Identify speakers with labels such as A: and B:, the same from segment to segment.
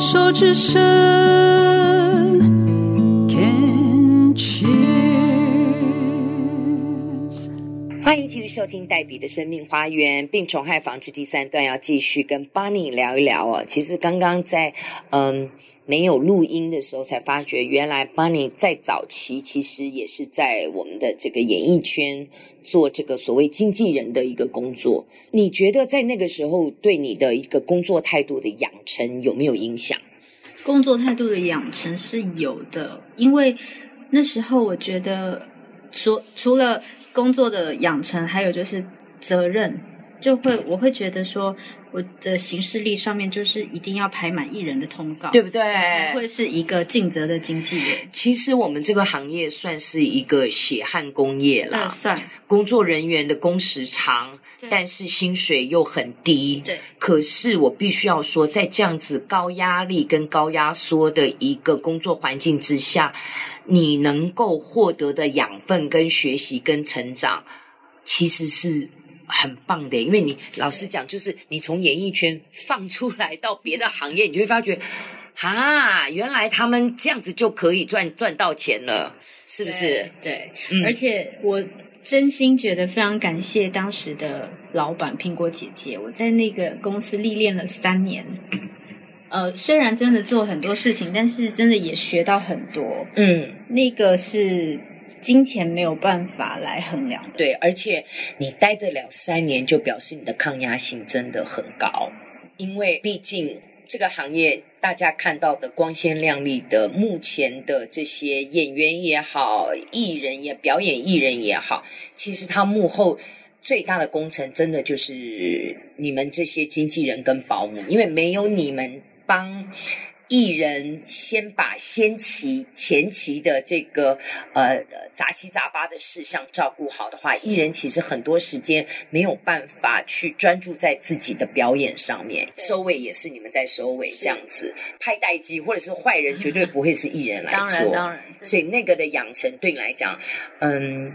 A: 手之声，Can cheers。
B: 欢迎继续收听黛比的生命花园病虫害防治第三段，要继续跟 Bunny 聊一聊哦。其实刚刚在嗯没有录音的时候，才发觉原来 Bunny 在早期其实也是在我们的这个演艺圈做这个所谓经纪人的一个工作。你觉得在那个时候对你的一个工作态度的养成有没有影响？
C: 工作态度的养成是有的，因为那时候我觉得除除了工作的养成，还有就是责任，就会我会觉得说我的行事历上面就是一定要排满一人的通告，
B: 对不对？
C: 才会是一个尽责的经纪人。
B: 其实我们这个行业算是一个血汗工业啦，
C: 那算
B: 工作人员的工时长，但是薪水又很低。
C: 对
B: 可是我必须要说，在这样子高压力跟高压缩的一个工作环境之下，你能够获得的养分、跟学习、跟成长，其实是。很棒的，因为你老实讲，就是你从演艺圈放出来到别的行业，你就会发觉，啊，原来他们这样子就可以赚赚到钱了，是不是？？
C: 对，
B: 嗯
C: 而且我真心觉得非常感谢当时的老板苹果姐姐，我在那个公司历练了三年。呃，虽然真的做很多事情，但是真的也学到很多。
B: 嗯，
C: 那个是金钱没有办法来衡量的。
B: 对，而且你待得了三年，就表示你的抗压性真的很高，因为毕竟这个行业大家看到的光鲜亮丽的，目前的这些演员也好，艺人也表演艺人也好，其实他幕后。最大的工程真的就是你们这些经纪人跟保姆，因为没有你们帮艺人先把先期前期的这个呃杂七杂八的事项照顾好的话，艺人其实很多时间没有办法去专注在自己的表演上面，
C: 对
B: 收尾也是你们在收尾
C: 是
B: 这样子，拍待机或者是坏人绝对不会是艺人来做，
C: 然，
B: 所以那个的养成对你来讲，嗯，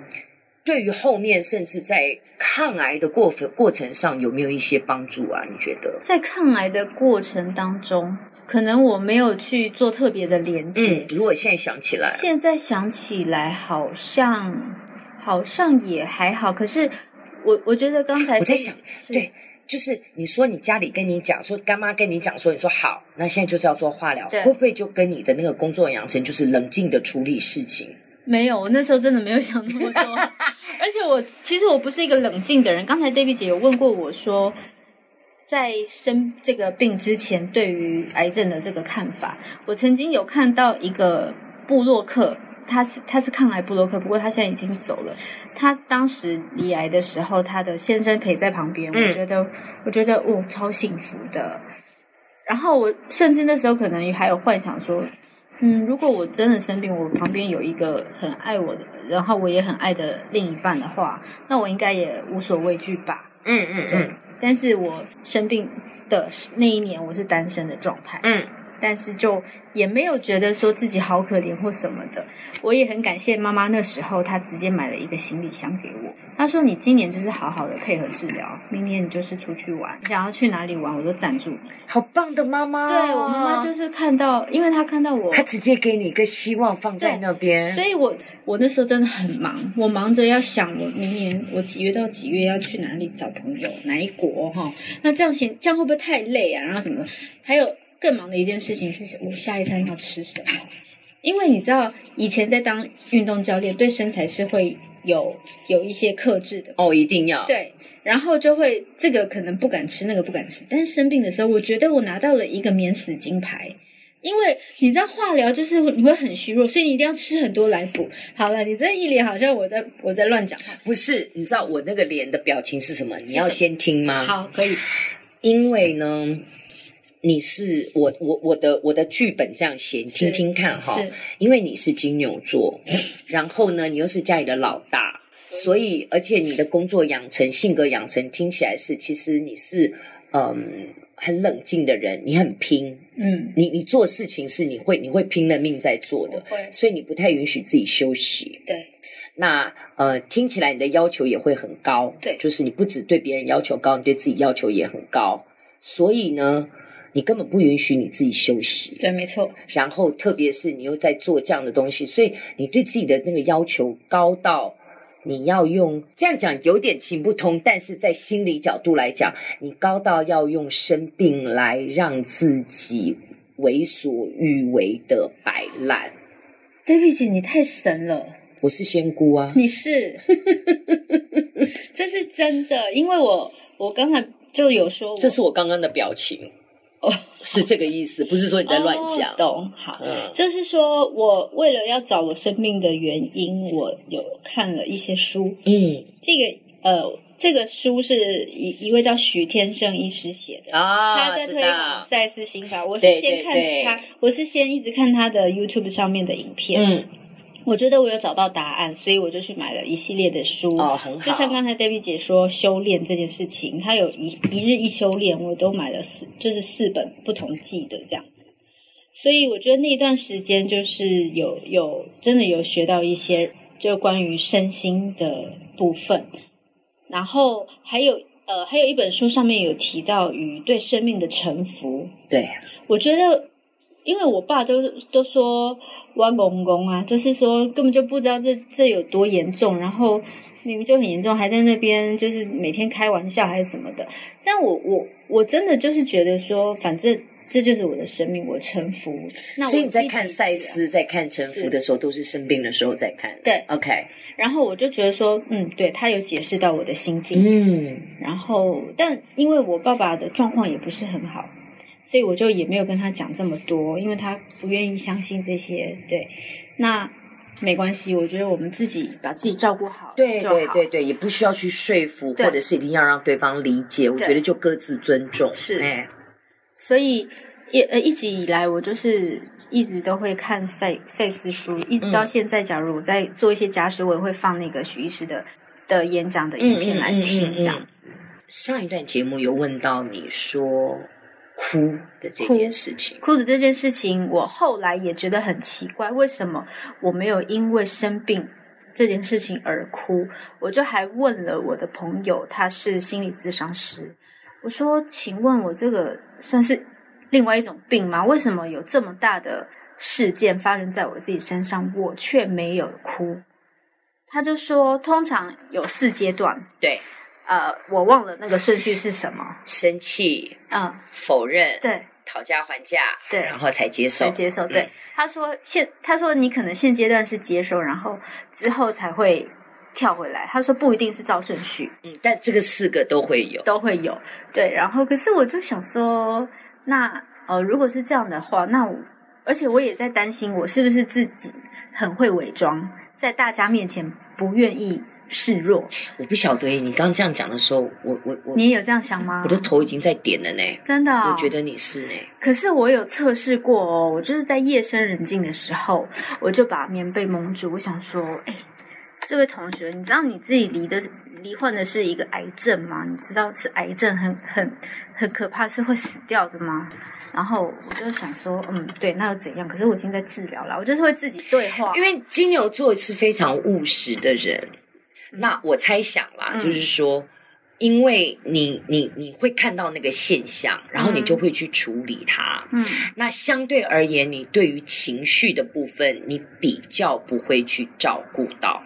B: 对于后面甚至在抗癌的过分过程上有没有一些帮助啊？你觉得？
C: 在抗癌的过程当中，可能我没有去做特别的连接
B: 嗯，，如果现在想起来，
C: 现在想起来好像好像也还好，可是我我觉得刚才
B: 我在
C: 这
B: 想，
C: 是
B: 对，就是你说你家里跟你讲说，干妈跟你讲说，你说好，那现在就是要做化疗，
C: 对
B: 会不会就跟你的那个工作养成就是冷静的处理事情？
C: 没有，我那时候真的没有想那么多。而且我其实我不是一个冷静的人。刚才 David 姐有问过我说，在生这个病之前，对于癌症的这个看法，我曾经有看到一个布洛克，他是他是抗癌布洛克，不过他现在已经走了。他当时离癌的时候，他的先生陪在旁边，
B: 嗯
C: 我觉得我觉得哦，超幸福的。然后我甚至那时候可能还有幻想说，嗯，如果我真的生病，我旁边有一个很爱我的，然后我也很爱的另一半的话，那我应该也无所畏惧吧。
B: 嗯嗯嗯
C: 但是我生病的那一年，我是单身的状态，
B: 嗯，
C: 但是就也没有觉得说自己好可怜或什么的。我也很感谢妈妈那时候，她直接买了一个行李箱给我，她说：“你今年就是好好的配合治疗，明年你就是出去玩，想要去哪里玩我都赞助你。
B: 好棒的妈妈，
C: 对我妈妈就是看到，因为她看到我，
B: 她直接给你一个希望放在
C: 对
B: 那边，
C: 所以我我那时候真的很忙，我忙着要想我明年我几月到几月要去哪里找朋友，哪一国哈、那这样行这样会不会太累啊？然后什么？还有更忙的一件事情是我下一餐要吃什么？因为你知道以前在当运动教练，对身材是会有有一些克制的，
B: 哦，一定要，
C: 对，然后就会这个可能不敢吃，那个不敢吃。但是生病的时候，我觉得我拿到了一个免死金牌，因为你知道化疗就是你会很虚弱，所以你一定要吃很多来补。好了，你这一脸好像我在我在乱讲话。
B: 不是，你知道我那个脸的表情是什么？你
C: 什么
B: 要先听吗？，
C: 好，可以，
B: 因为呢，你是我我我的我的剧本这样写，你听
C: 是
B: 听看哈。
C: 是
B: 因为你是金牛座，然后呢，你又是家里的老大，所以而且你的工作养成、性格养成，听起来是其实你是嗯很冷静的人，你很拼，
C: 嗯，
B: 你你做事情是你会你会拼了命在做的，
C: 会
B: 所以你不太允许自己休息。
C: 对
B: 那呃，听起来你的要求也会很高，
C: 对
B: 就是你不只对别人要求高，你对自己要求也很高。所以呢，你根本不允许你自己休息。
C: 对，没错，
B: 然后特别是你又在做这样的东西，所以你对自己的那个要求高到你要用这样讲有点行不通，但是在心理角度来讲，你高到要用生病来让自己为所欲为的摆烂。
C: ，David 姐，你太神了，
B: 我是仙姑啊，
C: 你是， 这是真的，因为我我刚才就有说我，
B: 这是我刚刚的表情，
C: 哦
B: 是这个意思，不是说你在乱讲
C: 哦。懂好。
B: 嗯
C: 就是说我为了要找我生病的原因，我有看了一些书。
B: 嗯
C: 这个呃，这个书是一一位叫许天胜医师写的。他
B: 啊，
C: 在
B: 知
C: 推广
B: 道，
C: 赛斯心法，我
B: 对
C: 是
B: 对
C: 先看
B: 对
C: 他，我是先一直看他的 YouTube 上面的影片，
B: 嗯，
C: 我觉得我有找到答案，所以我就去买了一系列的书。
B: 哦，很好，
C: 嗯就像刚才 David 姐说修炼这件事情，她有一一日一修炼，我都买了四，就是四本不同季的这样子。所以我觉得那一段时间就是有有真的有学到一些就关于身心的部分，然后还有呃还有一本书上面有提到与对生命的臣服，
B: 对，
C: 我觉得，因为我爸都都说挖公公啊，就是说根本就不知道这这有多严重，然后明明就很严重，还在那边就是每天开玩笑还是什么的。但我我我真的就是觉得说，反正这就是我的生命，我臣服。那我
B: 所以你在
C: 积极
B: 看
C: 一
B: 赛
C: 点
B: 斯、在看沉浮的时候，都是生病的时候在看。
C: 对，
B: OK，
C: 然后我就觉得说，嗯，对他有解释到我的心境，
B: 嗯，
C: 然后，但因为我爸爸的状况也不是很好，所以我就也没有跟他讲这么多，因为他不愿意相信这些。对，那没关系，我觉得我们自己把自己照顾好
B: 对
C: 就好
B: 对对对，也不需要去说服，
C: 对
B: 或者是一定要让对方理解。我
C: 对
B: 觉得就各自尊重。
C: 是
B: 哎，
C: 所以一呃一直以来，我就是一直都会看赛赛斯书，一直到
B: 嗯
C: 现在。假如我在做一些家事，我也会放那个许医师的的演讲的影
B: 嗯
C: 片
B: 嗯
C: 来
B: 嗯
C: 听，
B: 嗯嗯
C: 这样子。
B: 上一段节目有问到你说哭的这
C: 哭
B: 件事情，
C: 裤子这件事情，我后来也觉得很奇怪，为什么我没有因为生病这件事情而哭？我就还问了我的朋友，他是心理咨商师，我说：“请问我这个算是另外一种病吗？为什么有这么大的事件发生在我自己身上，我却没有哭？”他就说：“通常有四阶段，
B: 对，
C: 呃，我忘了那个顺序是什么。
B: 生气、
C: 嗯，
B: 否认、
C: 对，
B: 讨价还价，
C: 对
B: 然后才接
C: 才
B: 受。
C: 接受。
B: 嗯
C: 对，他说现他说你可能现阶段是接受，然后之后才会跳回来。他说不一定是照顺序，
B: 嗯，但这个四个都会有。
C: 都会有。对，然后可是我就想说，那呃，如果是这样的话，那我而且我也在担心，我是不是自己很会伪装，在大家面前不愿意示弱？
B: 我不晓得你刚刚这样讲的时候，我我我
C: 你也有这样想吗？
B: 我的头已经在点了呢。
C: 真的、哦，
B: 我觉得你是呢。
C: 可是我有测试过哦，我就是在夜深人静的时候，我就把棉被蒙住，我想说，哎，这位同学，你知道你自己离的罹患的是一个癌症吗？你知道是癌症很很很可怕，是会死掉的吗？然后我就想说，嗯，对，那又怎样？可是我已经在治疗了，我就是会自己对话，
B: 因为金牛座是非常务实的人，
C: 嗯
B: 那我猜想啦，
C: 嗯
B: 就是说，因为你你你会看到那个现象，然后你
C: 嗯
B: 就会去处理它。
C: 嗯
B: 那相对而言，你对于情绪的部分，你比较不会去照顾到。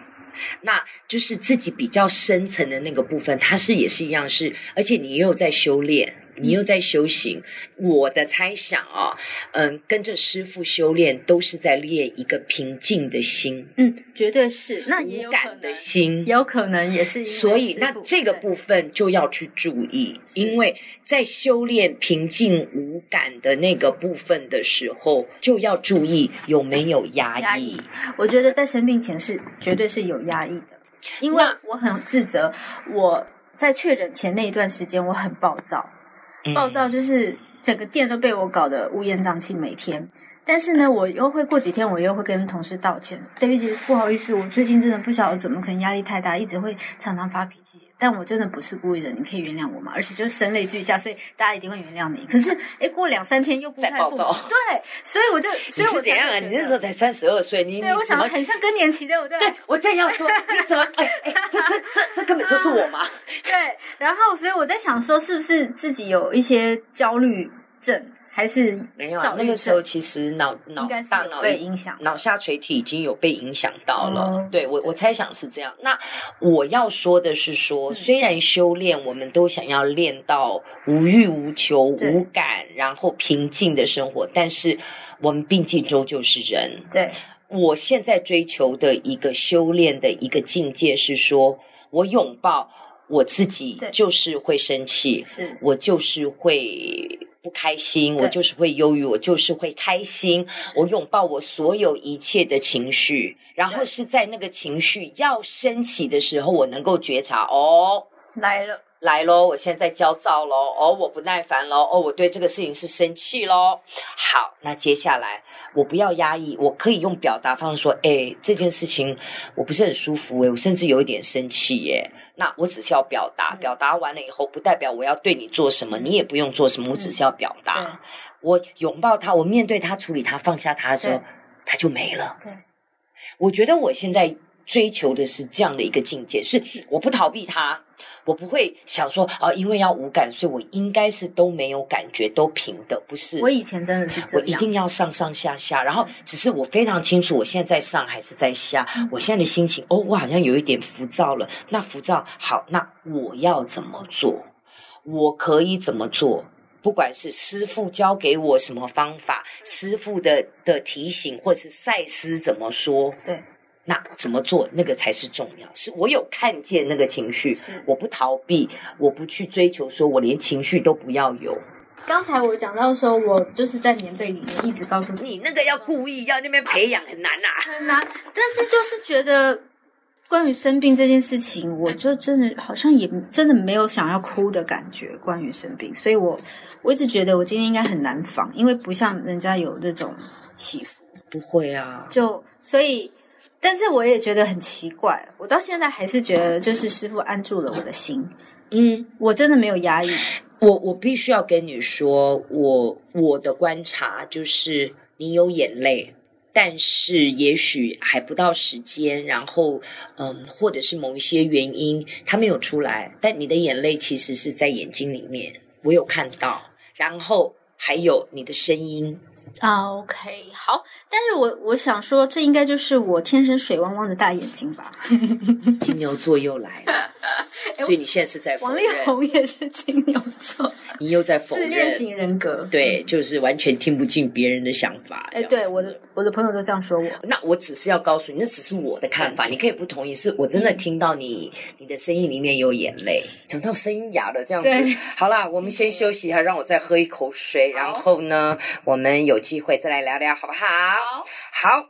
B: 那就是自己比较深层的那个部分，它是也是一样是，而且你又在修炼，你又在修行。我的猜想啊、嗯，跟着师傅修炼都是在练一个平静的心，
C: 嗯，绝对是，那也
B: 无
C: 有可
B: 感
C: 能
B: 的，心，
C: 有可能也是因为
B: 所以
C: 师
B: 那
C: 父
B: 这个
C: 对
B: 部分就要去注意，
C: 是
B: 因为在修炼平静无感的那个部分的时候，就要注意有没有压抑。
C: 压抑我觉得在生病前是绝对是有压抑的，因为
B: 那
C: 我很自责，我在确诊前那一段时间我很暴躁，
B: 嗯
C: 暴躁就是整个店都被我搞得乌烟瘴气，每天。但是呢，我又会过几天，我又会跟同事道歉，对不起，不好意思，我最近真的不晓得怎么，可能压力太大，一直会常常发脾气。但我真的不是故意的，你可以原谅我吗？而且就是声泪俱下，所以大家一定会原谅你。可是，哎，过两三天又不
B: 再
C: 太
B: 暴
C: 复
B: 躁
C: 对，所以我就，
B: 你是
C: 所以我
B: 怎
C: 才会
B: 样啊？
C: 觉
B: 你那
C: 得
B: 时候才三十二岁，你
C: 对，
B: 你
C: 我
B: 怎
C: 想
B: 么
C: 很像更年期的， 我对
B: 对我正要说，你怎么哎哎，这这这这根本就是我嘛！
C: 对。然后，所以我在想说，是不是自己有一些焦虑症，还是
B: 没有啊
C: 躁，
B: 那
C: 郁
B: 个时候
C: 症？
B: 其实脑脑
C: 应该是
B: 大
C: 有
B: 脑
C: 被
B: 已
C: 影响的。
B: 脑下垂体已经有被影响到了，
C: 哦
B: 对我
C: 对
B: 我猜想是这样。那我要说的是说，
C: 嗯
B: 虽然修炼我们都想要练到无欲无求、
C: 对
B: 无感，然后平静的生活，但是我们毕竟终究是人。
C: 对，
B: 我现在追求的一个修炼的一个境界是说，我拥抱我自己
C: 对，
B: 就是会生气，
C: 是
B: 我就是会不开心，
C: 对
B: 我就是会忧郁，我就是会开心，我拥抱我所有一切的情绪，然后
C: 对
B: 是在那个情绪要升起的时候，我能够觉察哦。
C: 来了，
B: 来喽！我现在焦躁喽，哦，我不耐烦喽，哦，我对这个事情是生气喽。好，那接下来我不要压抑，我可以用表达方式说，哎，这件事情我不是很舒服，哎，我甚至有一点生气，耶。那我只是要表达，
C: 嗯
B: 表达完了以后，不代表我要对你做什么，
C: 嗯
B: 你也不用做什么，我只是要表
C: 对
B: 达。我拥抱他，我面对他，处理他，放下他的时候
C: 对，
B: 他就没了。
C: 对，
B: 我觉得我现在追求的是这样的一个境界，是
C: 是
B: 我不逃避它，我不会想说啊、因为要无感，所以我应该是都没有感觉，都平的，不是。
C: 我以前真的是这
B: 我
C: 样，
B: 一定要上上下下，然后只是我非常清楚，我现在在上还是在下，
C: 嗯
B: 我现在的心情，哦，我好像有一点浮躁了。那浮躁，好，那我要怎么做？我可以怎么做？不管是师傅教给我什么方法，师傅的的提醒，或是赛斯怎么说，
C: 对，
B: 那怎么做那个才是重要。是我有看见那个情绪
C: 是，
B: 我不逃避，我不去追求，说我连情绪都不要有。
C: 刚才我讲到说，我就是在棉被里面一直告诉自己
B: 你那个要故意要那边培养很难呐、啊
C: 很难，但是就是觉得关于生病这件事情，我就真的好像也真的没有想要哭的感觉。关于生病，所以我我一直觉得我今天应该很难防，因为不像人家有这种起伏，
B: 不会啊，
C: 就所以。但是我也觉得很奇怪，我到现在还是觉得，就是师傅安住了我的心，
B: 嗯，
C: 我真的没有压抑。
B: 我我必须要跟你说，我我的观察就是，你有眼泪，但是也许还不到时间，然后嗯，或者是某一些原因，它没有出来，但你的眼泪其实是在眼睛里面，我有看到，然后还有你的声音，
C: 啊，OK，好，但是我我想说，这应该就是我天生水汪汪的大眼睛吧。
B: 金牛座又来 了，所以你现在是在否
C: 哎王力
B: 认，
C: 宏也是金牛座，
B: 你又在否
C: 自恋
B: 认，
C: 型人格。，
B: 对，就是完全听不进别人的想法。
C: 哎，
B: 这样
C: 对，我的我的朋友都这样说我。
B: 那我只是要告诉你，那只是我的看法，你可以不同意。是我真的听到你、你的声音里面有眼泪，讲到声音哑了这样子
C: 对。
B: 好啦，我们先休息一下，让我再喝一口水，然后呢，我们有机会再来聊聊，好不好？好，